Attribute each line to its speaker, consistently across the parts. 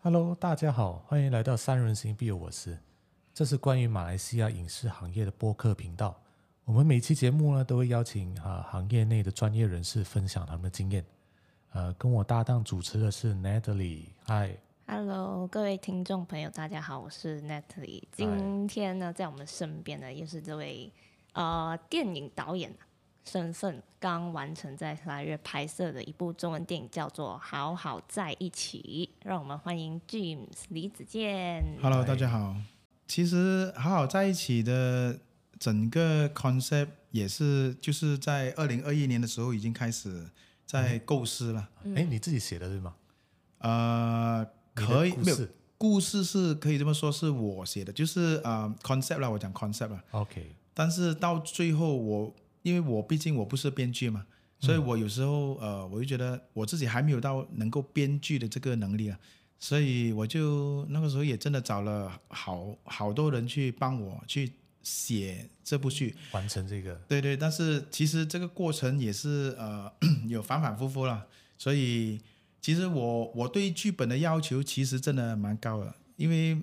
Speaker 1: Hello，大家好，欢迎来到三人行必有我师，这是关于马来西亚影视行业的播客频道。我们每期节目呢，都会邀请啊、呃行业内的专业人士分享他们的经验。呃，跟我搭档主持的是 Natalie，嗨，
Speaker 2: Hello，各位听众朋友，大家好，我是 Natalie。今天呢，在我们身边呢，也是这位呃电影导演身份，刚完成在十来月拍摄的一部中文电影，叫做《好好在一起》。让我们欢迎 James 李子健。
Speaker 3: Hello，大
Speaker 1: 哎
Speaker 3: 家好。其实好好在一起的整个 concept 也是就是在二零二一年的时候已经开始在构思了。
Speaker 1: 哎，你自己写的对吗？
Speaker 3: 呃，可以
Speaker 1: 嗯你的
Speaker 3: 没
Speaker 1: 故
Speaker 3: 有
Speaker 1: 事
Speaker 3: 故事是可以这么说，是我写的，就是呃 concept 啦，我讲 concept 啦。
Speaker 1: OK，
Speaker 3: 但是到最后我，因为我毕竟我不是编剧嘛，所以我有时候呃，我就觉得我自己还没有到能够编剧的这个能力啊，所以我就那个时候也真的找了好好多人去帮我去写这部剧。
Speaker 1: 完成这个
Speaker 3: 对对，但是其实这个过程也是呃 有反反复复啦，所以其实我我对剧本的要求其实真的蛮高的，因为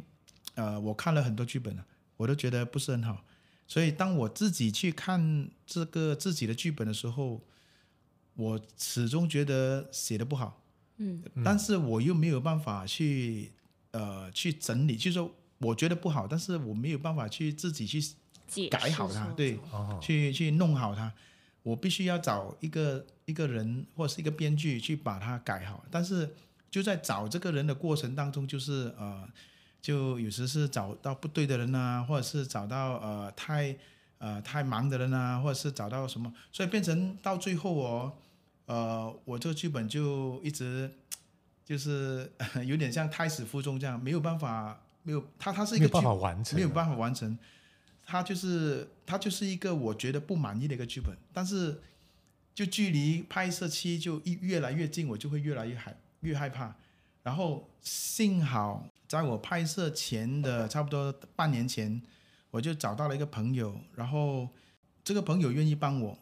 Speaker 3: 呃我看了很多剧本了，我都觉得不是很好，所以当我自己去看这个自己的剧本的时候，我始终觉得写的不好，
Speaker 2: 嗯，
Speaker 3: 但是我又没有办法去呃去整理，就是说我觉得不好，但是我没有办法去自己去
Speaker 2: 解
Speaker 3: 改
Speaker 2: 释
Speaker 3: 好它
Speaker 2: 说
Speaker 3: 对
Speaker 1: 哦，
Speaker 3: 去去弄好它。我必须要找一个一个人或者是一个编剧去把它改好，但是就在找这个人的过程当中，就是呃，就有时是找到不对的人啊，或者是找到呃太呃太忙的人啊，或者是找到什么，所以变成到最后哦，呃，我这个剧本就一直就是 有点像胎死腹中这样，没有办法，没有它它是一
Speaker 1: 没有
Speaker 3: 个剧
Speaker 1: 办法完成
Speaker 3: 没有，办法完成。它就是它就是一个我觉得不满意的一个剧本，但是就距离拍摄期就一越来越近，我就会越来越害越害怕。然后幸好在我拍摄前的差不多半年前，我就找到了一个朋友，然后这个朋友愿意帮我，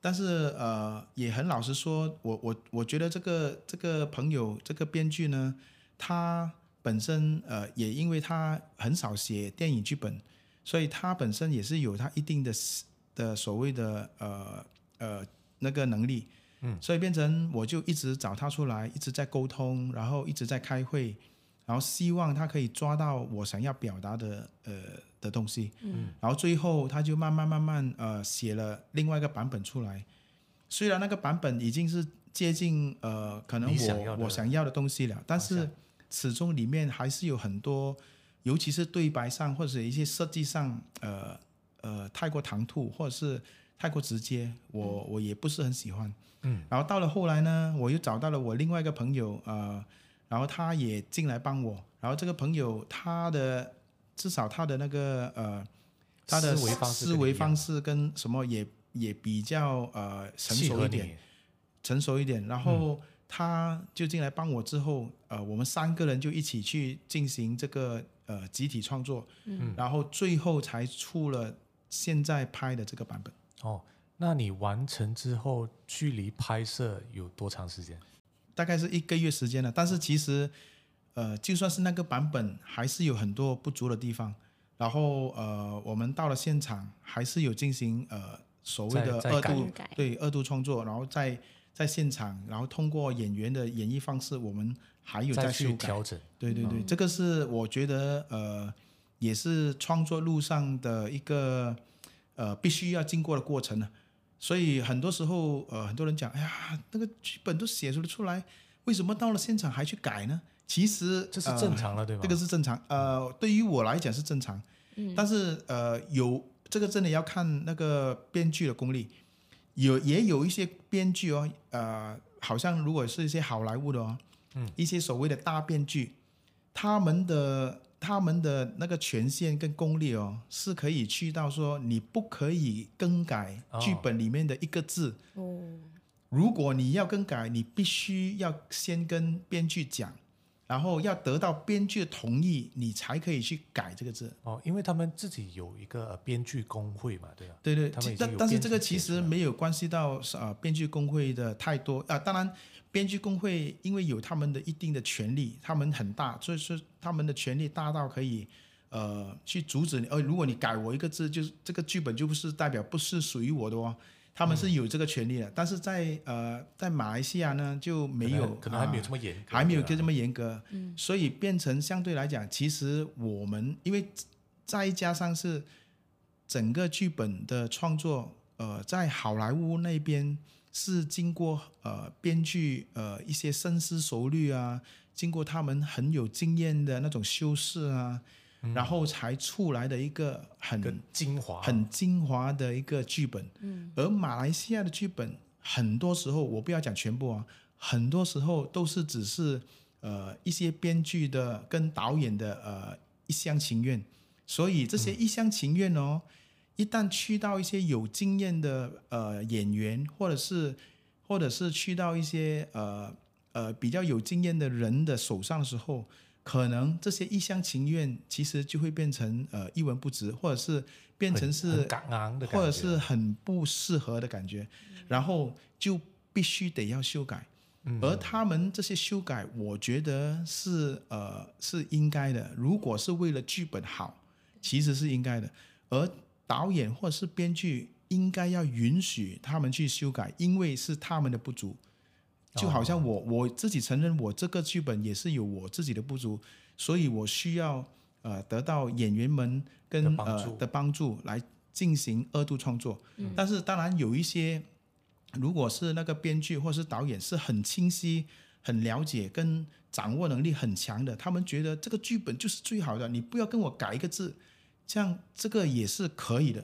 Speaker 3: 但是呃也很老实说，我我我觉得这个这个朋友这个编剧呢，他本身呃也因为他很少写电影剧本，所以他本身也是有他一定的 s- 的所谓的呃呃那个能力，嗯，所以变成我就一直找他出来，一直在沟通，然后一直在开会，然后希望他可以抓到我想要表达的呃的东西，嗯，然后最后他就慢慢慢慢呃写了另外一个版本出来，虽然那个版本已经是接近呃可能
Speaker 1: 你
Speaker 3: 我
Speaker 1: 想要的
Speaker 3: 我想要的东西了，但
Speaker 1: 方
Speaker 3: 是始终里面还是有很多，尤其是对白上或者一些设计上，呃呃太过唐突或者是太过直接，我
Speaker 1: 嗯
Speaker 3: 我也不是很喜欢。嗯，然后到了后来呢，我又找到了我另外一个朋友，呃，然后他也进来帮我，然后这个朋友他的至少他的那个呃他的
Speaker 1: 思维方式
Speaker 3: 思
Speaker 1: 跟你一
Speaker 3: 维
Speaker 1: 样
Speaker 3: 方式跟什么也也比较呃成
Speaker 1: 契
Speaker 3: 熟
Speaker 1: 合
Speaker 3: 一点。
Speaker 1: 你，
Speaker 3: 成熟一点，然后他就进来帮我之后，呃，我们三个人就一起去进行这个呃集体创作，嗯，然后最后才出了现在拍的这个版本。
Speaker 1: 哦，那你完成之后，距离拍摄有多长时间？
Speaker 3: 大概是一个月时间了。但是其实，呃，就算是那个版本，还是有很多不足的地方。然后呃，我们到了现场，还是有进行呃所谓的
Speaker 1: 再再
Speaker 3: 二
Speaker 1: 改
Speaker 3: 度
Speaker 2: 改
Speaker 3: 对二度创作，然后在在现场，然后通过演员的演绎方式，我们还有
Speaker 1: 再
Speaker 3: 在
Speaker 1: 去
Speaker 3: 修改。
Speaker 1: 调整，
Speaker 3: 对对对，
Speaker 1: 嗯
Speaker 3: 这个是我觉得呃，也是创作路上的一个呃必须要经过的过程呢、所以很多时候呃，很多人讲，哎呀，那个剧本都写出了出来，为什么到了现场还去改呢？其实
Speaker 1: 这是
Speaker 3: 呃
Speaker 1: 正常的，对吗？嗯
Speaker 3: 这个是正常。呃，对于我来讲是正常，但是呃，有这个真的要看那个编剧的功力。有也有一些编剧哦，呃，好像如果是一些好莱坞的哦，嗯，一些所谓的大编剧，他们的他们的那个权限跟功力哦，是可以去到说你不可以更改
Speaker 1: 哦
Speaker 3: 剧本里面的一个字，
Speaker 2: 哦，
Speaker 3: 如果你要更改，你必须要先跟编剧讲，然后要得到编剧同意，你才可以去改这个字。
Speaker 1: 哦，因为他们自己有一个呃编剧工会嘛，对吧？啊
Speaker 3: 对对，
Speaker 1: 他们
Speaker 3: 其
Speaker 1: 已经
Speaker 3: 但
Speaker 1: 有
Speaker 3: 但是
Speaker 1: 编
Speaker 3: 这个
Speaker 1: 辑
Speaker 3: 其
Speaker 1: 写出
Speaker 3: 实没有关系到呃编剧工会的太多啊、当然编剧工会因为有他们的一定的权利，他们很大，所以说他们的权利大到可以呃去阻止你，呃，如果你改我一个字，就是这个剧本就不是代表不是属于我的哦。他们是
Speaker 1: 嗯
Speaker 3: 有这个权利的，但是在呃，在马来西亚呢就没
Speaker 1: 可能
Speaker 3: 有，啊
Speaker 1: 可能还没有这么严格，
Speaker 3: 还没有
Speaker 1: 对啊
Speaker 3: 就
Speaker 1: 吧
Speaker 3: 这么严格，所以变成相对来讲，其实我们因为再加上是整个剧本的创作，呃，在好莱坞那边是经过呃编剧呃一些深思熟虑啊，经过他们很有经验的那种修饰啊，然后才出来的一个很
Speaker 1: 嗯跟精华
Speaker 3: 很精华的一个剧本。嗯，而马来西亚的剧本很多时候，我不要讲全部啊，很多时候都是只是呃一些编剧的跟导演的呃一厢情愿，所以这
Speaker 1: 嗯
Speaker 3: 些一厢情愿哦，一旦去到一些有经验的呃演员，或者是或者是去到一些呃呃比较有经验的人的手上的时候，可能这些一厢情愿其实就会变成呃一文不值，或者是变成
Speaker 1: 很
Speaker 3: 是
Speaker 1: 很刚昂的感觉，
Speaker 3: 或者是很不适合的感觉，然后就必须得要修改。
Speaker 1: 嗯
Speaker 3: 而他们这些修改，我觉得是呃是应该的。如果是为了剧本好，其实是应该的。而导演或者是编剧应该要允许他们去修改，因为是他们的不足。就好
Speaker 1: 哦
Speaker 3: 像我我自己承认，我这个剧本也是有我自己的不足，所以我需要呃得到演员们跟
Speaker 1: 的帮
Speaker 3: 呃
Speaker 1: 助
Speaker 3: 的帮助来进行二度创作。但是当然有一些，如果是那个编剧或是导演是很清晰、很了解跟掌握能力很强的，他们觉得这个剧本就是最好的，你不要跟我改一个字，这样这个也是可以的，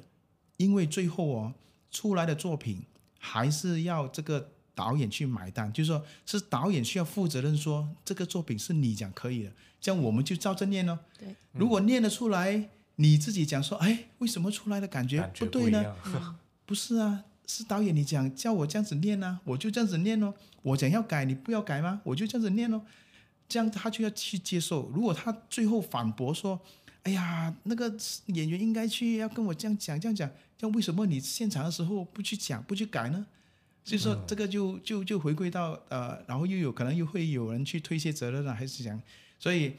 Speaker 3: 因为最后哦出来的作品还是要这个导演去买单，就是说是导演需要负责任说这个作品是你讲可以的，这样我们就照着念哦。
Speaker 2: 对，
Speaker 3: 如果念得出来，你自己讲说，哎，为什么出来的感觉
Speaker 1: 感觉
Speaker 3: 对
Speaker 1: 一
Speaker 3: 呢？
Speaker 1: 样，
Speaker 3: 不是啊，是导演你讲叫我这样子念啊，我就这样子念哦。我讲要改，你不要改吗？我就这样子念哦。这样他就要去接受。如果他最后反驳说：“哎呀，那个演员应该去要跟我这样讲，这样讲，这样为什么你现场的时候不去讲，不去改呢？”所以说这个就就就回归到呃，然后又有可能又会有人去推卸责任了，啊还是讲，所以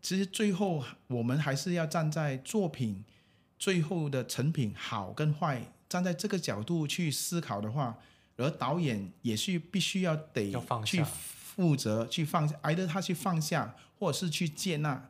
Speaker 3: 其实最后我们还是要站在作品最后的成品好跟坏，站在这个角度去思考的话，而导演也是必须要得
Speaker 1: 要放
Speaker 3: 去
Speaker 1: 下
Speaker 3: 负责去放下，either 他去放下，或者是去接纳，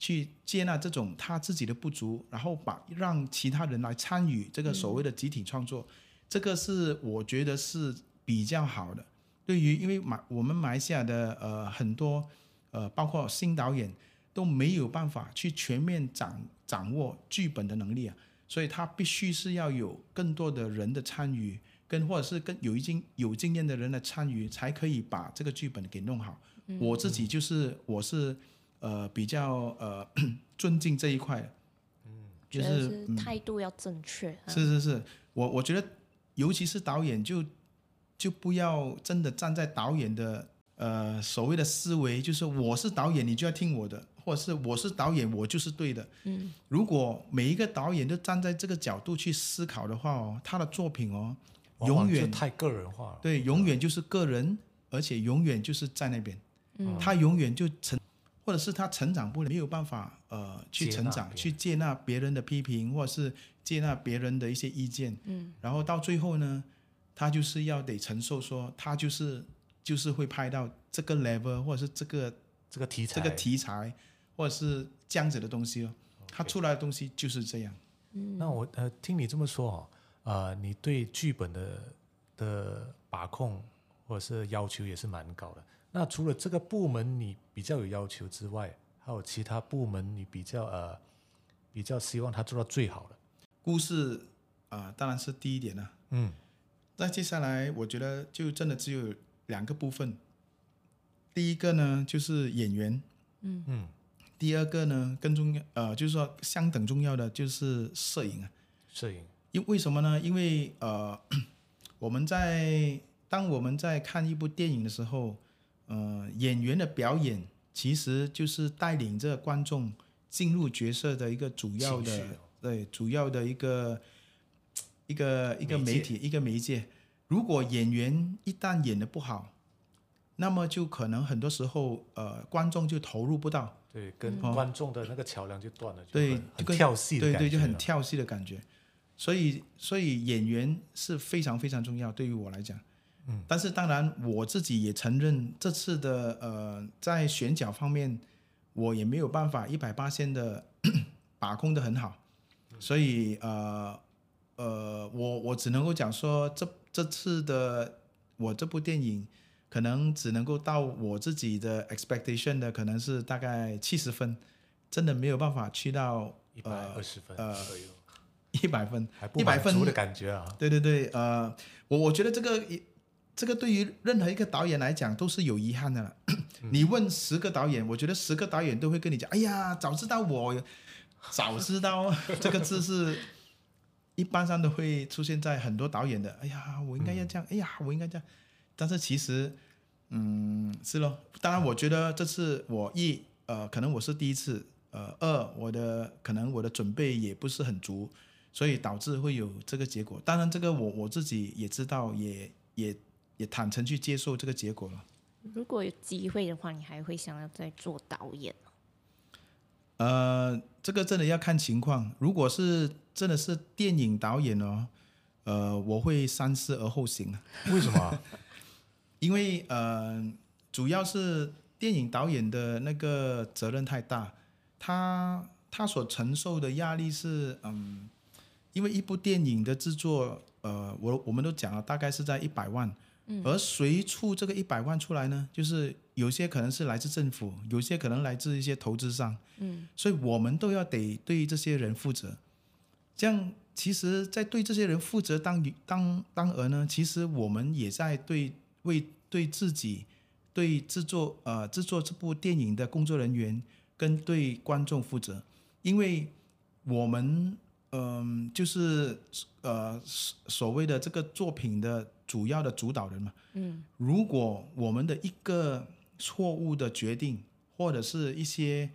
Speaker 3: 去接纳这种他自己的不足，然后把让其他人来参与这个所谓的集体创作，这个是我觉得是比较好的。对于因为马我们马来西亚的呃很多呃包括新导演都没有办法去全面掌掌握剧本的能力啊，所以他必须是要有更多的人的参与，跟或者是跟有一经有经验的人的参与，才可以把这个剧本给弄好。我自己就是我是呃比较呃 尊敬这一块的，嗯，就
Speaker 2: 觉得
Speaker 3: 是
Speaker 2: 是态度要正确、啊。
Speaker 3: 是是是，我我觉得，尤其是导演就就不要真的站在导演的呃所谓的思维，就是我是导演，你就要听我的，或者是我是导演，我就是对的。嗯，如果每一个导演都站在这个角度去思考的话哦，他的作品哦，
Speaker 1: 往
Speaker 3: 永
Speaker 1: 往就
Speaker 3: 远
Speaker 1: 太个人化了。
Speaker 3: 对，永远就是个人，而且永远就是在那边，嗯，他永远就成，或者是他成长不了，没有办法呃去
Speaker 1: 接
Speaker 3: 成
Speaker 1: 纳
Speaker 3: 长，
Speaker 1: 别
Speaker 3: 去接纳别人的批评，或者是接纳别人的一些意见，嗯，然后到最后呢，他就是要得承受说，他就是就是会拍到这个 level，或者是这个
Speaker 1: 这个题材，
Speaker 3: 这个题材，或者是这样子的东西哦，他出来的东西就是这样。
Speaker 1: 那我呃听你这么说哦，呃，你对剧本的的把控或者是要求也是蛮高的。那除了这个部门你比较有要求之外，还有其他部门你比较呃比较希望他做到最好的。
Speaker 3: 故事啊、当然是第一点啦、
Speaker 1: 嗯，
Speaker 3: 那接下来我觉得就真的只有两个部分，第一个呢就是演员，嗯
Speaker 1: 嗯，
Speaker 3: 第二个呢更重要，呃，就是说相等重要的就是摄影啊。
Speaker 1: 摄影
Speaker 3: 因为什么呢？因为呃，我们在当我们在看一部电影的时候，呃，演员的表演其实就是带领着观众进入角色的一个主要
Speaker 1: 情绪
Speaker 3: 的
Speaker 1: 哦
Speaker 3: 对主要的一个一个一个
Speaker 1: 媒
Speaker 3: 媒体一个媒介。如果演员一旦演的不好，那么就可能很多时候呃观众就投入不到。
Speaker 1: 对，跟
Speaker 3: 嗯
Speaker 1: 观众的那个桥梁就断了，就
Speaker 3: 对
Speaker 1: 很
Speaker 3: 就
Speaker 1: 很
Speaker 3: 跟
Speaker 1: 跳戏的感
Speaker 3: 对
Speaker 1: 觉
Speaker 3: 对，
Speaker 1: 了，
Speaker 3: 就很跳戏的感觉。所以，所以演员是非常非常重要，对于我来讲。嗯，但是当然我自己也承认，这次的呃，在选角方面，我也没有办法一百八千的 把控的很好，所以呃呃，我我只能够讲说，这这次的我这部电影可能只能够到我自己的 expectation 的，可能是大概七十分，真的没有办法去到
Speaker 1: 一百二十分
Speaker 3: 呃
Speaker 1: 左右，
Speaker 3: 一百分，
Speaker 1: 还不
Speaker 3: 一百
Speaker 1: 满
Speaker 3: 分
Speaker 1: 足的感觉啊，
Speaker 3: 对对对，呃，我我觉得这个这个对于任何一个导演来讲都是有遗憾的了。 你问十个导演，我觉得十个导演都会跟你讲：“哎呀，早知道我，早知道 这个字是。”一般上都会出现在很多导演的，哎呀，我应该要这样，哎呀，我应该这样。但是其实，嗯，是咯。当然，我觉得这次我一呃，可能我是第一次，呃，二我的可能我的准备也不是很足，所以导致会有这个结果。当然，这个我我自己也知道，也也也坦诚去接受这个结果了。
Speaker 2: 如果有机会的话，你还会想要再做导演？
Speaker 3: 呃，这个真的要看情况。如果是真的是电影导演哦，呃，我会三思而后行啊。
Speaker 1: 为什么啊？
Speaker 3: 因为呃，主要是电影导演的那个责任太大，他他所承受的压力是嗯，因为一部电影的制作，呃，我我们都讲了，大概是在一百万，嗯、而谁出这个一百万出来呢？就是有些可能是来自政府，有些可能来自一些投资商，嗯，所以我们都要得对这些人负责，这样。其实，在对这些人负责当当当儿呢，其实我们也在对为对自己、对制作呃制作这部电影的工作人员跟对观众负责，因为我们嗯、就是呃所所谓的这个作品的主要的主导人嘛，嗯，如果我们的一个错误的决定或者是一些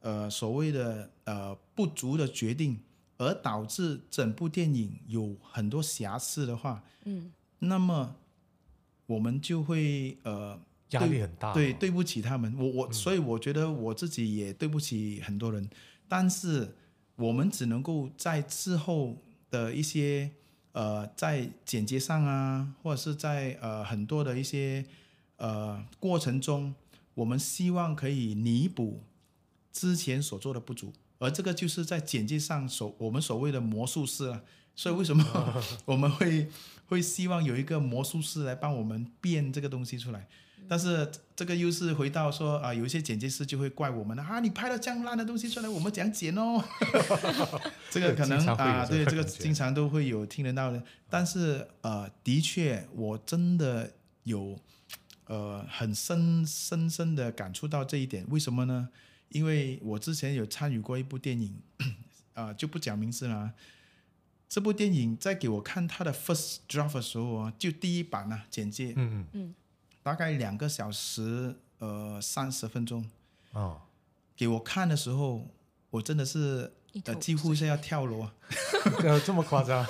Speaker 3: 呃所谓的呃不足的决定。而导致整部电影有很多瑕疵的话，嗯，那么我们就会呃，
Speaker 1: 压力很大哦，
Speaker 3: 对，对不起他们。我我、所以我觉得我自己也对不起很多人，但是我们只能够在之后的一些呃，在剪接上啊，或者是在呃很多的一些呃过程中，我们希望可以弥补之前所做的不足。而这个就是在剪接上所我们所谓的魔术师啊，所以为什么
Speaker 1: 哦
Speaker 3: 我们会会希望有一个魔术师来帮我们变这个东西出来？但是这个又是回到说啊、有一些剪接师就会怪我们了啊，你拍了这样烂的东西出来，我们怎样 剪哦？这个可能
Speaker 1: 经常会有
Speaker 3: 啊，
Speaker 1: 这个
Speaker 3: 对，这个
Speaker 1: 感觉
Speaker 3: 经常都会有听得到的。但是呃，的确，我真的有呃很深深深的感触到这一点。为什么呢？因为我之前有参与过一部电影， 啊、就不讲名字了啊。这部电影在给我看它的 first draft 的时候啊，就第一版啊简介，
Speaker 1: 嗯
Speaker 3: 大概两个小时呃三十分钟，
Speaker 1: 嗯哦，
Speaker 3: 给我看的时候，我真的是
Speaker 2: 一头
Speaker 3: 呃几乎是要跳楼啊！
Speaker 1: 呃 这么夸 张，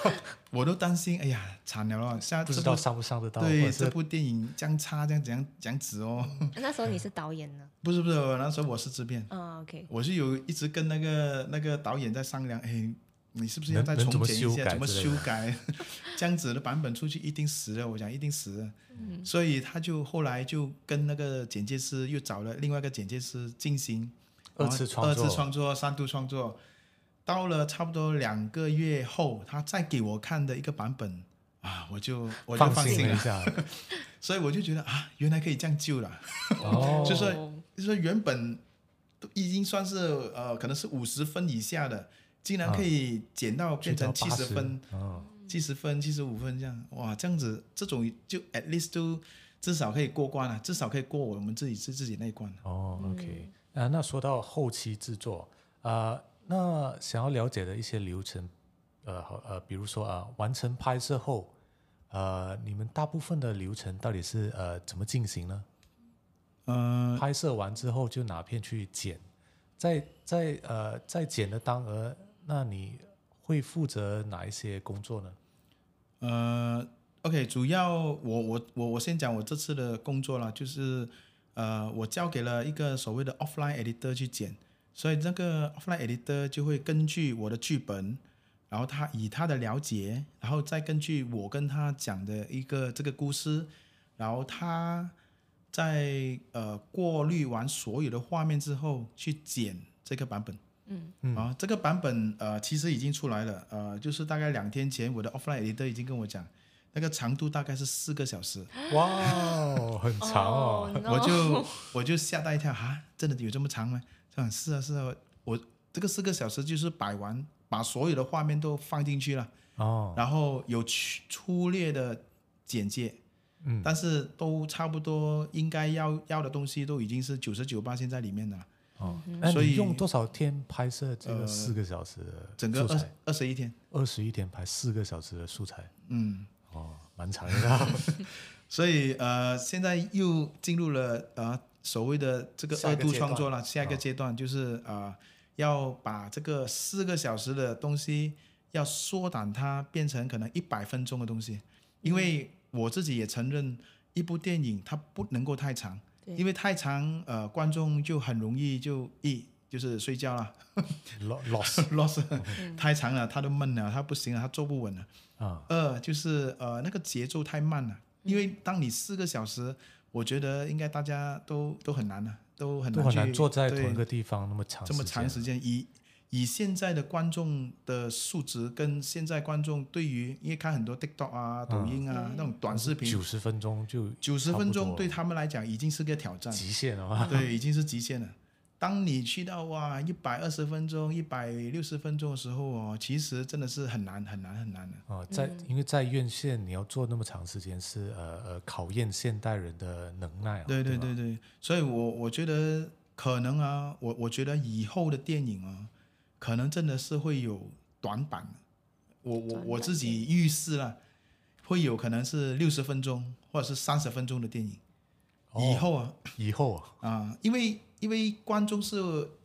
Speaker 3: 我都担心，哎呀，惨了咯，下
Speaker 1: 不
Speaker 3: 这
Speaker 1: 知
Speaker 3: 部
Speaker 1: 道上不上得到，或
Speaker 3: 对
Speaker 1: 者
Speaker 3: 这
Speaker 1: 是
Speaker 3: 部电影这样差，这样怎样这样子哦？
Speaker 2: 那时候你是导演呢？
Speaker 3: 不是不是，我那时候我是制片，
Speaker 2: 啊，OK，
Speaker 3: 我是有一直跟那个那个导演在商量，哎，你是不是要
Speaker 1: 能
Speaker 3: 再
Speaker 1: 能怎
Speaker 3: 重
Speaker 1: 么
Speaker 3: 剪
Speaker 1: 修
Speaker 3: 一下，
Speaker 1: 改
Speaker 3: 怎么
Speaker 1: 之类
Speaker 3: 修改？ 这样子的版本出去一定死的，我讲一定死的。所以他就后来就跟那个剪接师又找了另外一个剪接师进行
Speaker 1: 二次创
Speaker 3: 呃二次
Speaker 1: 作，
Speaker 3: 创作、三度创作。到了差不多两个月后，他再给我看的一个版本啊，我就我就放
Speaker 1: 心
Speaker 3: 心
Speaker 1: 了一
Speaker 3: 了，
Speaker 1: 下，
Speaker 3: 所以我就觉得啊，原来可以这样救了。
Speaker 1: 哦，
Speaker 3: 就是
Speaker 2: 哦
Speaker 3: 就是说原本都已经算是呃，可能是五十分以下的，竟然可以减到 变成七十分、
Speaker 1: 哦，
Speaker 3: 七十分、七十五分这样，哇，这样子这种就 at least 都至少可以过关了，啊至少可以过我们自己自自己那一关了。
Speaker 1: 哦，OK，啊，那说到后期制作，啊，那想要了解的一些流程，呃，好，呃，比如说啊，完成拍摄后，呃，你们大部分的流程到底是呃怎么进行呢？
Speaker 3: 呃，
Speaker 1: 拍摄完之后就拿片去剪，在在呃在剪的当儿，那你会负责哪一些工作呢？
Speaker 3: 呃，OK，主要我我我我先讲我这次的工作啦，就是呃，我交给了一个所谓的 offline editor 去剪，所以那个 offline editor 就会根据我的剧本，然后他以他的了解，然后再根据我跟他讲的一个这个故事，然后他在呃过滤完所有的画面之后去剪这个版本。
Speaker 1: 嗯
Speaker 3: 啊，这个版本呃其实已经出来了，呃，就是大概两天前我的 offline editor 已经跟我讲，那个长度大概是四个小时，
Speaker 1: 哇哦，很长哦。
Speaker 2: Oh, no
Speaker 3: 我就我就吓到一跳啊，真的有这么长吗？这样是啊是啊，我这个四个小时就是摆完，把所有的画面都放进去了，
Speaker 1: 哦，
Speaker 3: 然后有粗粗略的简介。
Speaker 1: 嗯，
Speaker 3: 但是都差不多，应该要要的东西都已经是九十九八现在里面了，
Speaker 1: 哦，那
Speaker 3: 所以
Speaker 1: 你用多少天拍摄这个四个小时的
Speaker 3: 整个
Speaker 1: 素
Speaker 3: 二
Speaker 1: 材？
Speaker 3: 二十一天，
Speaker 1: 二十一天拍四个小时的素材，
Speaker 3: 嗯，
Speaker 1: 哦，蛮长 的。
Speaker 3: 所以呃，现在又进入了呃所谓的这个
Speaker 1: 下一
Speaker 3: 二
Speaker 1: 个
Speaker 3: 度
Speaker 1: 阶段
Speaker 3: 创作了，下一个阶段就是呃要把这个四个小时的东西要缩短它变成可能一百分钟的东西，因为我自己也承认，一部电影它不能够太长，
Speaker 2: 对
Speaker 3: 因为太长呃观众就很容易就一就是睡觉 了
Speaker 1: Lo- loss
Speaker 3: ，loss，
Speaker 1: 嗯
Speaker 3: 太长了他都闷了，他不行了，他坐不稳了。
Speaker 1: 啊，
Speaker 3: 二就是呃那个节奏太慢了，因为当你四个小时，我觉得应该大家都都很难了、啊都很
Speaker 1: 都
Speaker 3: 难
Speaker 1: 很
Speaker 3: 去
Speaker 1: 难坐在同一
Speaker 3: 对
Speaker 1: 个地方那么长
Speaker 3: 这么长
Speaker 1: 时间。
Speaker 3: 时间。以以现在的观众的素质跟现在观众对于，因为看很多 TikTok 啊、抖音啊、那种短视频，
Speaker 1: 嗯九十分钟就
Speaker 3: 九十分
Speaker 1: 差
Speaker 3: 钟
Speaker 1: 不多啊
Speaker 3: 对他们来讲已经是个挑战。
Speaker 1: 极限了嘛？
Speaker 3: 对，已经是极限了。当你去到哇一百二十分钟、一百六十分钟的时候哦，其实真的是很难、很难、很难的。
Speaker 1: 啊，在因为在院线你要做那么长时间是呃呃考验现代人的能耐啊。
Speaker 3: 对
Speaker 1: 对
Speaker 3: 对
Speaker 1: 吧
Speaker 3: 对对，所以我我觉得可能啊，我我觉得以后的电影啊，可能真的是会有短版的。我我
Speaker 2: 短
Speaker 3: 我
Speaker 2: 版
Speaker 3: 自己预示了，会有可能是六十分钟或者是三十分钟的电影。以
Speaker 1: 哦
Speaker 3: 后啊
Speaker 1: 以后啊，
Speaker 3: 啊，因为因为观众是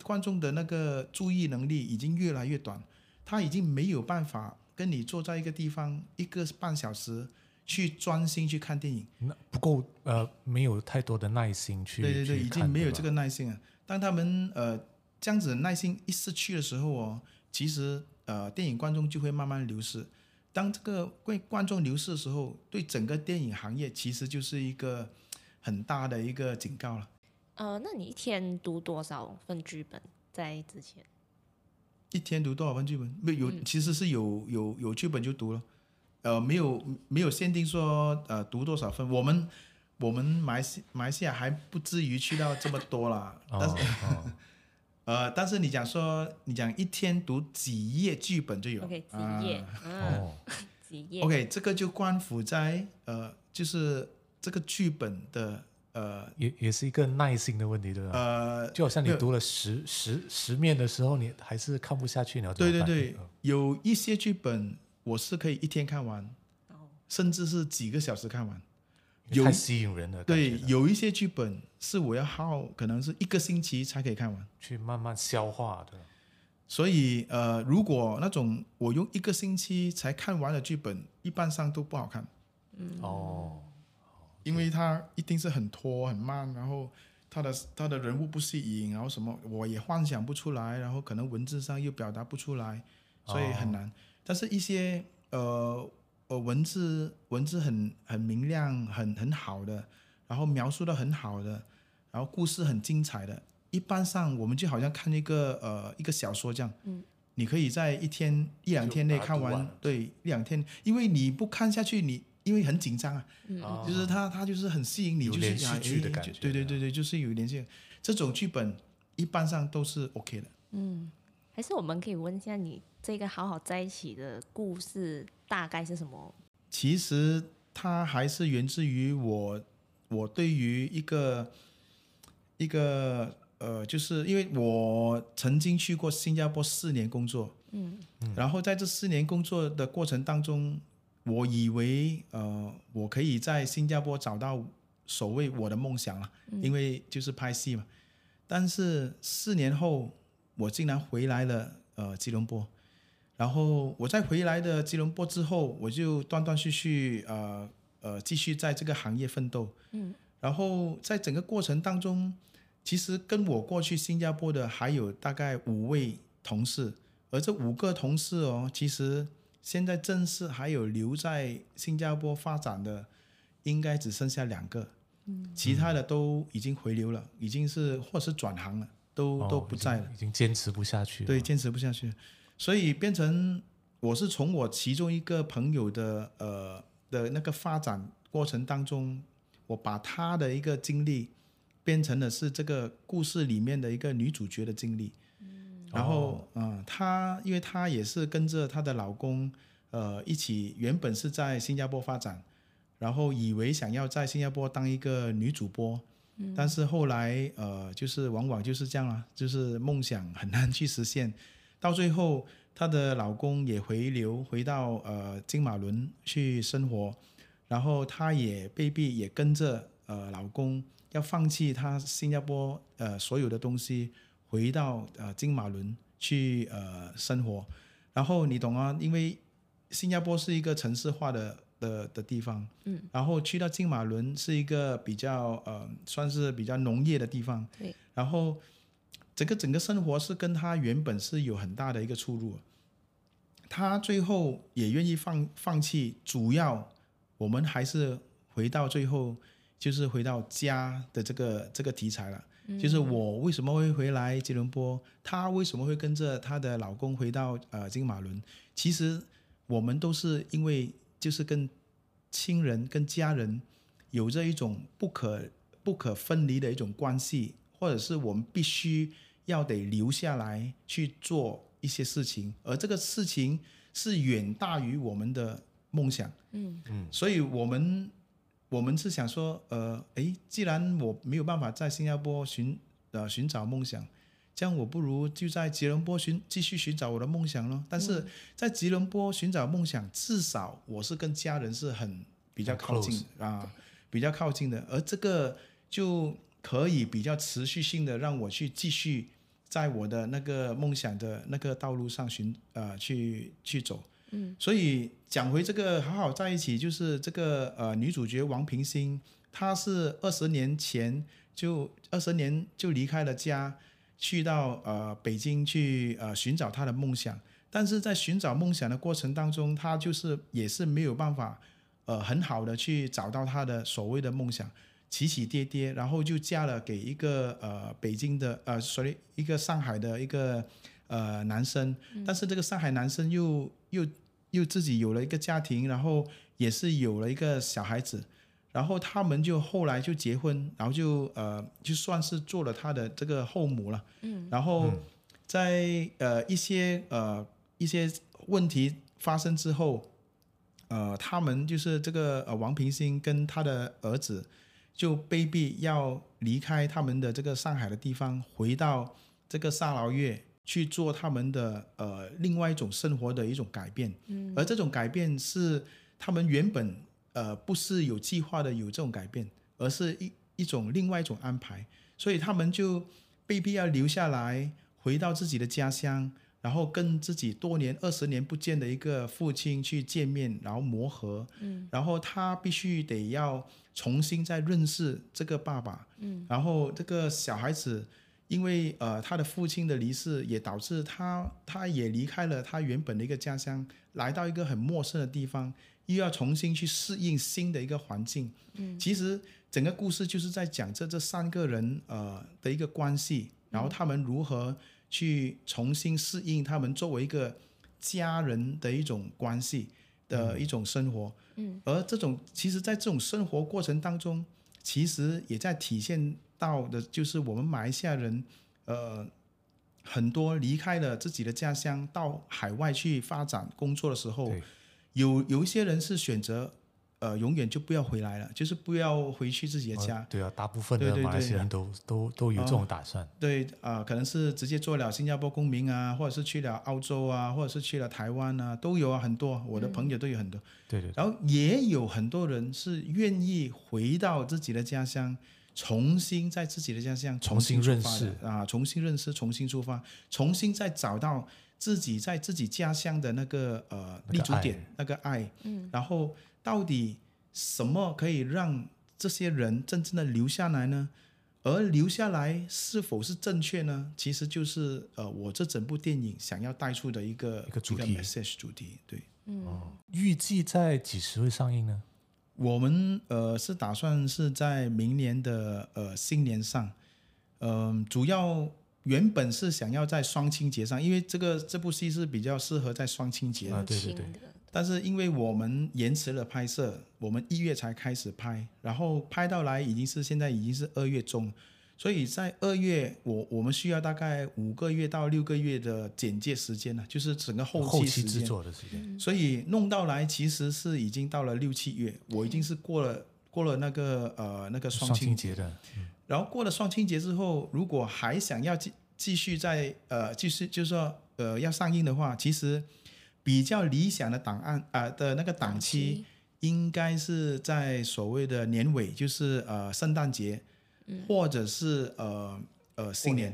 Speaker 3: 观众的那个注意能力已经越来越短，他已经没有办法跟你坐在一个地方一个半小时去专心去看电影。
Speaker 1: 那不够呃没有太多的耐心去
Speaker 3: 对对对，
Speaker 1: 去
Speaker 3: 已经
Speaker 1: 看
Speaker 3: 没有
Speaker 1: 对吧
Speaker 3: 这个耐心了。啊当他们呃这样子耐心一失去的时候哦，其实呃电影观众就会慢慢流失。当这个观观众流失的时候，对整个电影行业其实就是一个很大的一个警告了。
Speaker 2: 呃，那你一天读多少份剧本？在之前
Speaker 3: 一天读多少份剧本？没有，其实是有有有剧本就读了，呃，没有没有限定说呃读多少份。我们我们马来西马来西亚还不至于去到这么多啦，但是
Speaker 1: 哦 哦
Speaker 3: 呃，但是你讲说，你讲一天读几页剧本就有
Speaker 2: ，OK，几
Speaker 3: 啊
Speaker 2: 页？嗯，
Speaker 1: 哦，
Speaker 2: 几页
Speaker 3: OK，这个就关乎在呃，就是这个剧本的呃
Speaker 1: 也也是一个耐心的问题，对吧？
Speaker 3: 呃，
Speaker 1: 就好像
Speaker 3: 没
Speaker 1: 你
Speaker 3: 有
Speaker 1: 读了十十十面的时候，你还是看不下去，你要怎
Speaker 3: 对
Speaker 1: 么
Speaker 3: 对
Speaker 1: 办嗯
Speaker 3: 对，有一些剧本我是可以一天看完，
Speaker 2: 哦，
Speaker 3: 甚至是几个小时看完。
Speaker 1: 因为
Speaker 3: 有
Speaker 1: 太吸引人了，感觉
Speaker 3: 对，有一些剧本是我要耗可能是一个星期才可以看完。
Speaker 1: 去慢慢消化，对吧？
Speaker 3: 所以呃，如果那种我用一个星期才看完的剧本，一般上都不好看。嗯
Speaker 1: 哦，
Speaker 3: 因为他一定是很拖很慢，然后他的他的人物不吸引，然后什么我也幻想不出来，然后可能文字上又表达不出来，所以
Speaker 1: 哦
Speaker 3: 很难。但是一些呃呃文字文字很很明亮、很很好的，然后描述的很好的，然后故事很精彩的，一般上我们就好像看一个呃一个小说这样，嗯，你可以在一天一两天内
Speaker 1: 就把它
Speaker 3: 看
Speaker 1: 读
Speaker 3: 完，
Speaker 1: 完了
Speaker 3: 对，一两天，因为你不看下去，你因为很紧张啊。
Speaker 1: 哦
Speaker 3: 就是它它就是很吸引你，
Speaker 1: 有
Speaker 3: 就是
Speaker 1: 连续
Speaker 3: 啊
Speaker 1: 剧的
Speaker 3: 诶
Speaker 1: 感
Speaker 3: 就
Speaker 1: 觉
Speaker 3: 对对
Speaker 1: 的
Speaker 3: 对对，就是有连续。这种剧本一般上都是 OK 的。
Speaker 2: 嗯还是我们可以问一下你这个好好在一起的故事大概是什么？
Speaker 3: 其实它还是源自于我我对于一个一个呃，就是因为我曾经去过新加坡四年工作，嗯，然后在这四年工作的过程当中，我以为呃，我可以在新加坡找到所谓我的梦想了，因为就是拍戏嘛。但是四年后，我竟然回来了，呃，吉隆坡。然后我在回来的吉隆坡之后，我就断断续续，呃呃，继续在这个行业奋斗。嗯。然后在整个过程当中，其实跟我过去新加坡的还有大概五位同事，而这五个同事哦，其实现在正式还有留在新加坡发展的，应该只剩下两个，其他的都已经回流了，已经是或是转行了，都、
Speaker 1: 哦
Speaker 3: 都不在了
Speaker 1: 已。经，已经坚持不下去了。
Speaker 3: 对，坚持不下去，所以变成我是从我其中一个朋友的呃的那个发展过程当中，我把他的一个经历变成了是这个故事里面的一个女主角的经历。然后，嗯、她因为她也是跟着她的老公，呃，一起原本是在新加坡发展，然后以为想要在新加坡当一个女主播，但是后来呃，就是往往就是这样啊，就是梦想很难去实现，到最后她的老公也回流回到呃金马伦去生活，然后她也被逼也跟着呃老公要放弃她新加坡呃所有的东西，回到呃金马伦去呃生活，然后你懂啊，因为新加坡是一个城市化的的的地方，嗯，然后去到金马伦是一个比较呃，算是比较农业的地方，
Speaker 2: 对，
Speaker 3: 然后整个整个生活是跟他原本是有很大的一个出入，他最后也愿意放放弃，主要我们还是回到最后就是回到家的这个这个题材了。就是我为什么会回来吉隆坡，她为什么会跟着她的老公回到呃金马伦？其实我们都是因为就是跟亲人、跟家人有着一种不可不可分离的一种关系，或者是我们必须要得留下来去做一些事情，而这个事情是远大于我们的梦想。
Speaker 2: 嗯
Speaker 3: 所以我们我们是想说，呃，诶，既然我没有办法在新加坡寻呃寻找梦想，这样我不如就在吉隆坡寻继续寻找我的梦想咯。但是在吉隆坡寻找梦想，至少我是跟家人是很比较
Speaker 1: 很
Speaker 3: 靠近啊，比较靠近的，而这个就可以比较持续性的让我去继续。在我的那个梦想的那个道路上寻呃去去走，所以讲回这个《好好在一起》，就是这个呃女主角王平心，她是二十年前就二十年就离开了家，去到呃北京去呃寻找她的梦想。但是在寻找梦想的过程当中，她就是也是没有办法呃很好的去找到她的所谓的梦想，起起跌跌，然后就嫁了给一个呃北京的呃，sorry 一个上海的一个呃男生，但是这个上海男生又又又自己有了一个家庭，然后也是有了一个小孩子，然后他们就后来就结婚，然后就呃就算是做了他的这个后母了，嗯，然后在呃一些呃一些问题发生之后，呃他们就是这个呃王平星跟他的儿子就被逼要离开他们的这个上海的地方，回到这个沙劳越去做他们的呃另外一种生活的一种改变，嗯，而这种改变是他们原本呃不是有计划的有这种改变，而是一一种另外一种安排，所以他们就被逼要留下来，回到自己的家乡，然后跟自己多年二十年不见的一个父亲去见面，然后磨合，嗯，然后他必须得要重新再认识这个爸爸，嗯，然后这个小孩子。因为呃，他的父亲的离世也导致他，他也离开了他原本的一个家乡，来到一个很陌生的地方，又要重新去适应新的一个环境。嗯，其实整个故事就是在讲这这三个人呃的一个关系，然后他们如何去重新适应他们作为一个家人的一种关系的一种生活。嗯，而这种其实，在这种生活过程当中，其实也在体现到的就是我们马来西亚人，呃，很多离开了自己的家乡到海外去发展工作的时候
Speaker 1: 对，
Speaker 3: 有有一些人是选择呃，永远就不要回来了，就是不要回去自己的家。
Speaker 1: 呃对啊，大部分的
Speaker 3: 对对
Speaker 1: 马来西亚
Speaker 3: 对
Speaker 1: 人都都都有这种打算。
Speaker 3: 对啊、呃可能是直接做了新加坡公民啊，或者是去了澳洲啊，或者是去了台湾啊，都有啊，很多我
Speaker 1: 嗯
Speaker 3: 的朋友都有很多。
Speaker 1: 对对，
Speaker 3: 然后也有很多人是愿意回到自己的家乡，重新在自己的家乡
Speaker 1: 重新
Speaker 3: 出发
Speaker 1: 认识
Speaker 3: 的啊，重新认识，重新出发，重新再找到自己在自己家乡的那个呃
Speaker 1: 那个
Speaker 3: 立足
Speaker 1: 爱
Speaker 3: 点那个爱，嗯，然后到底什么可以让这些人真正的留下来呢？而留下来是否是正确呢？其实就是呃，我这整部电影想要带出的一个
Speaker 1: 一个主题
Speaker 3: message 主题，对。
Speaker 2: 嗯
Speaker 3: 哦嗯
Speaker 1: 预计在几时会上映呢？
Speaker 3: 我们呃是打算是在明年的呃新年上，嗯、主要原本是想要在双清节上，因为这个这部戏是比较适合在双清节的，
Speaker 1: 啊
Speaker 2: 挺
Speaker 1: 对对
Speaker 2: 轻
Speaker 1: 对
Speaker 2: 的，
Speaker 3: 但是因为我们延迟了拍摄，我们一月才开始拍，然后拍到来已经是现在已经是二月中，所以在二月我我们需要大概五个月到六个月的剪接时间呢，啊就是整个
Speaker 1: 哦后
Speaker 3: 期时
Speaker 1: 期
Speaker 3: 间
Speaker 1: 制作的时间，
Speaker 3: 所以弄到来其实是已经到了六七月，我已经是过了过了那个呃那个双
Speaker 1: 双
Speaker 3: 清
Speaker 1: 清
Speaker 3: 节，
Speaker 1: 节的，
Speaker 3: 然后过了双清节之后，如果还想要继继续在呃继续就是说呃要上映的话，其实比较理想的档案啊、呃的那个档期应该是在所谓的年尾，就是呃圣诞节，或者是呃呃新年，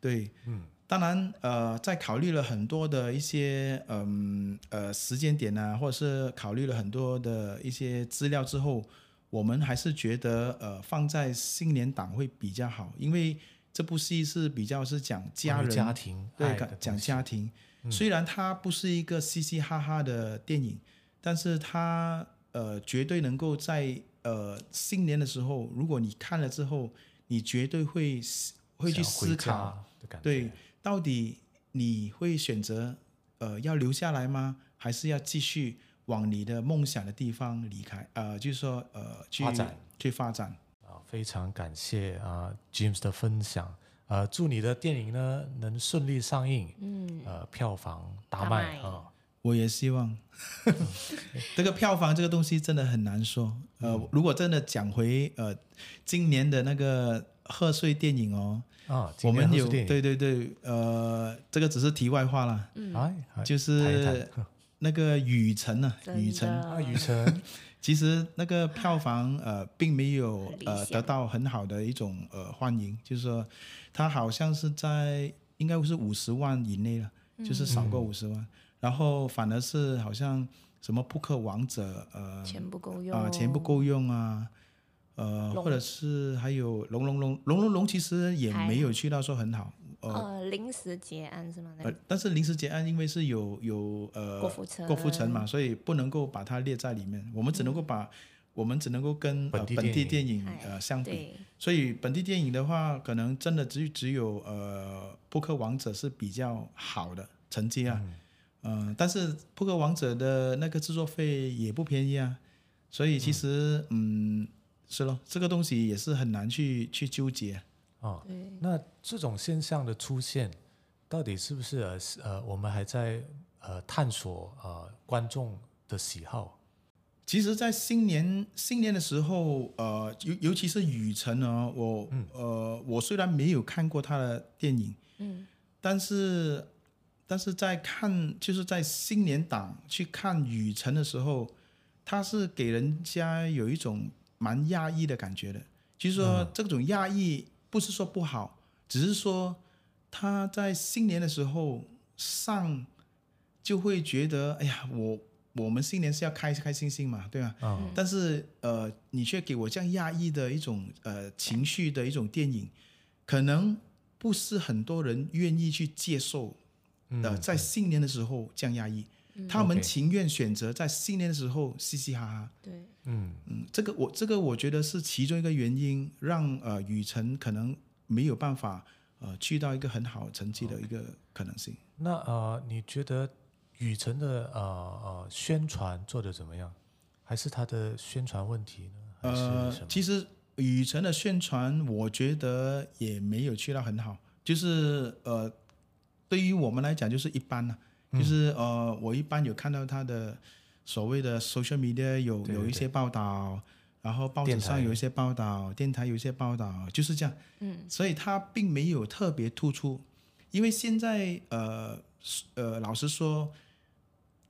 Speaker 3: 对，嗯，当然呃在考虑了很多的一些嗯呃时间点啊，或者是考虑了很多的一些资料之后，我们还是觉得呃放在新年档会比较好，因为这部戏是比较是讲家
Speaker 1: 关于
Speaker 3: 人
Speaker 1: 哦家庭爱
Speaker 3: 对，
Speaker 1: 的东
Speaker 3: 讲讲
Speaker 1: 西嗯
Speaker 3: 家庭。虽然它不是一个嘻嘻哈哈的电影，但是它呃绝对能够在呃新年的时候，如果你看了之后，你绝对会思会去
Speaker 1: 想回
Speaker 3: 思考，
Speaker 1: 家的感觉，
Speaker 3: 对，到底你会选择呃要留下来吗？还是要继续往你的梦想的地方离开？呃，就是说呃去
Speaker 1: 发展
Speaker 3: 去发展。
Speaker 1: 啊，非常感谢啊、James 的分享，呃，祝你的电影呢能顺利上映，嗯，呃，票房大
Speaker 2: 大
Speaker 1: 卖
Speaker 2: 卖
Speaker 1: 啊，
Speaker 3: 我也希望， 这个票房这个东西真的很难说。呃，
Speaker 1: 嗯
Speaker 3: 如果真的讲回呃今年的那个贺岁电影哦，
Speaker 1: 啊，
Speaker 3: 我
Speaker 1: 今天
Speaker 3: 们
Speaker 1: 贺
Speaker 3: 有
Speaker 1: 岁电影，
Speaker 3: 对对对，呃，这个只是题外话啦，
Speaker 1: 哎，哎
Speaker 3: 就
Speaker 1: 谈一
Speaker 3: 是
Speaker 1: 谈
Speaker 3: 那个雨辰啊，
Speaker 2: 真的
Speaker 3: 雨辰，
Speaker 1: 啊，雨辰
Speaker 3: 其实那个票房呃并没有
Speaker 2: 很理
Speaker 3: 呃
Speaker 2: 想
Speaker 3: 得到很好的一种呃欢迎，就是说它好像是在应该是五十万以内了，
Speaker 2: 嗯
Speaker 3: 就是少过五十万，然后反而是好像什么扑克王者呃
Speaker 2: 钱不够用
Speaker 3: 啊、钱不够用啊，呃
Speaker 2: 龙
Speaker 3: 或者是还有龙龙龙龙龙龙其实也
Speaker 2: 还
Speaker 3: 没有去到说很好，呃
Speaker 2: 呃，临时结案是吗？那
Speaker 3: 呃
Speaker 2: 个
Speaker 3: 但是临时结案因为是有有呃
Speaker 2: 郭富城，
Speaker 3: 郭富城嘛，所以不能够把它列在里面，我们只能够把、我们只能够跟呃
Speaker 1: 本地
Speaker 3: 本地
Speaker 1: 电
Speaker 3: 电影
Speaker 2: 嗯哎
Speaker 3: 呃相比，
Speaker 2: 对，
Speaker 3: 所以本地电影的话，可能真的只只有呃《扑克王者》是比较好的成绩啊，嗯、但是《扑克王者》的那个制作费也不便宜啊，所以其实嗯是咯，这个东西也是很难去去纠结。
Speaker 1: 啊，
Speaker 2: 对
Speaker 1: 那这种现象的出现，到底是不是呃是呃，我们还在呃探索呃观众的喜好？
Speaker 3: 其实，在新年新年的时候，呃，尤尤其是雨辰呢，我、呃，我虽然没有看过他的电影，
Speaker 2: 嗯，
Speaker 3: 但是但是在看就是在新年档去看雨辰的时候，他是给人家有一种蛮压抑的感觉的。就是说，这种压抑不是说不好，只是说他在新年的时候上就会觉得，哎呀，我我们新年是要开开心心嘛，对吧？
Speaker 1: 嗯
Speaker 3: 但是呃，你却给我这样压抑的一种呃情绪的一种电影，可能不是很多人愿意去接受。
Speaker 1: 嗯
Speaker 3: 呃，在新年的时候这样压抑，他们
Speaker 1: OK
Speaker 3: 情愿选择在新年的时候嘻嘻哈哈。
Speaker 2: 对，
Speaker 1: 嗯，
Speaker 3: 嗯，这个我这个我觉得是其中一个原因，让呃雨辰可能没有办法呃去到一个很好成绩的一个可能性。
Speaker 1: 那呃，你觉得雨辰的呃呃宣传做的怎么样？还是他的宣传问题呢？还是
Speaker 3: 呃
Speaker 1: 什么，？
Speaker 3: 其实雨辰的宣传，我觉得也没有去到很好，就是呃，啊
Speaker 1: 嗯
Speaker 3: 对于我们来讲就是一般呢、就是呃，我一般有看到他的所谓的 social media 有
Speaker 1: 对对
Speaker 3: 有一些报道，然后报纸
Speaker 1: 电
Speaker 3: 上
Speaker 1: 台
Speaker 3: 有一些报道，电台有一些报道，就是这样。嗯，所以它并没有特别突出，因为现在呃是呃，老实说，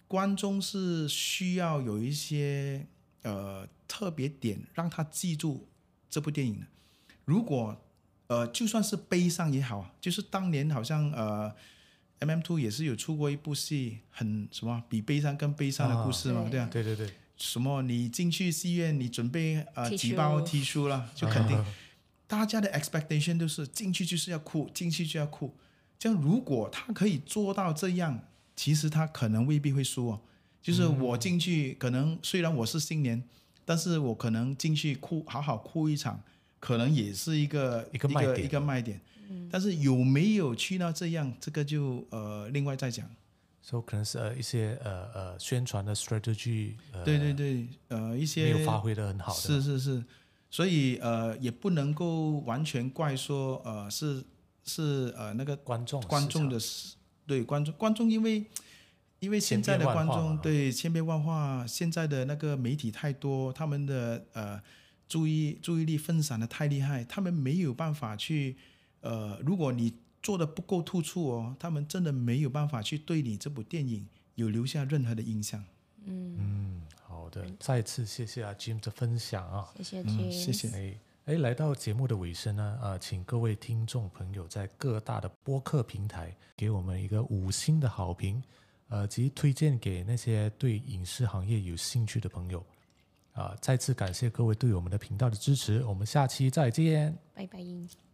Speaker 3: 观众是需要有一些呃特别点让他记住这部电影的。如果呃，就算是悲伤也好啊，就是当年好像呃，M M Two 也是有出过一部戏，很什么比悲伤更悲伤的故事嘛，
Speaker 2: 啊
Speaker 3: 对啊，
Speaker 1: 对对对，
Speaker 3: 什么你进去戏院，你准备呃
Speaker 2: T
Speaker 3: 几
Speaker 2: 恤
Speaker 3: 包
Speaker 2: 哦
Speaker 3: T 恤啦，就肯
Speaker 1: 啊
Speaker 3: 定、大家的 expectation 都是进去就是要哭，进去就要哭。这样如果他可以做到这样，其实他可能未必会输哦。就是
Speaker 1: 嗯
Speaker 3: 我进去，可能虽然我是新年，但是我可能进去哭，好好哭一场，可能也是一个
Speaker 1: 一个
Speaker 3: 一
Speaker 1: 卖
Speaker 3: 个
Speaker 1: 点
Speaker 3: 一个卖点。但是有没有去到这样，这个就呃另外再讲。
Speaker 1: 所以可能是呃一些呃呃宣传的 strategy，呃，
Speaker 3: 对对对，呃，一些
Speaker 1: 没有发挥的很好的，
Speaker 3: 是是是，所以呃，也不能够完全怪说呃是是呃那个
Speaker 1: 观众
Speaker 3: 观众
Speaker 1: 的
Speaker 3: 的对观众观众，因为因为现在的
Speaker 1: 千变万
Speaker 3: 观
Speaker 1: 化
Speaker 3: 众
Speaker 1: 嘛
Speaker 3: 对千变万化，现在的那个媒体太多，他们的呃注意注意力分散的太厉害，他们没有办法去呃，如果你做的不够突出哦，他们真的没有办法去对你这部电影有留下任何的印象。
Speaker 1: 好的，再次谢谢啊 Jim 的分享啊。
Speaker 2: 谢谢
Speaker 3: 嗯，
Speaker 2: James
Speaker 3: 谢谢。
Speaker 1: 哎哎，来到节目的尾声呢，啊、请各位听众朋友在各大的播客平台给我们一个五星的好评，呃，及推荐给那些对影视行业有兴趣的朋友。啊、再次感谢各位对我们的频道的支持，我们下期再见。
Speaker 2: 拜拜。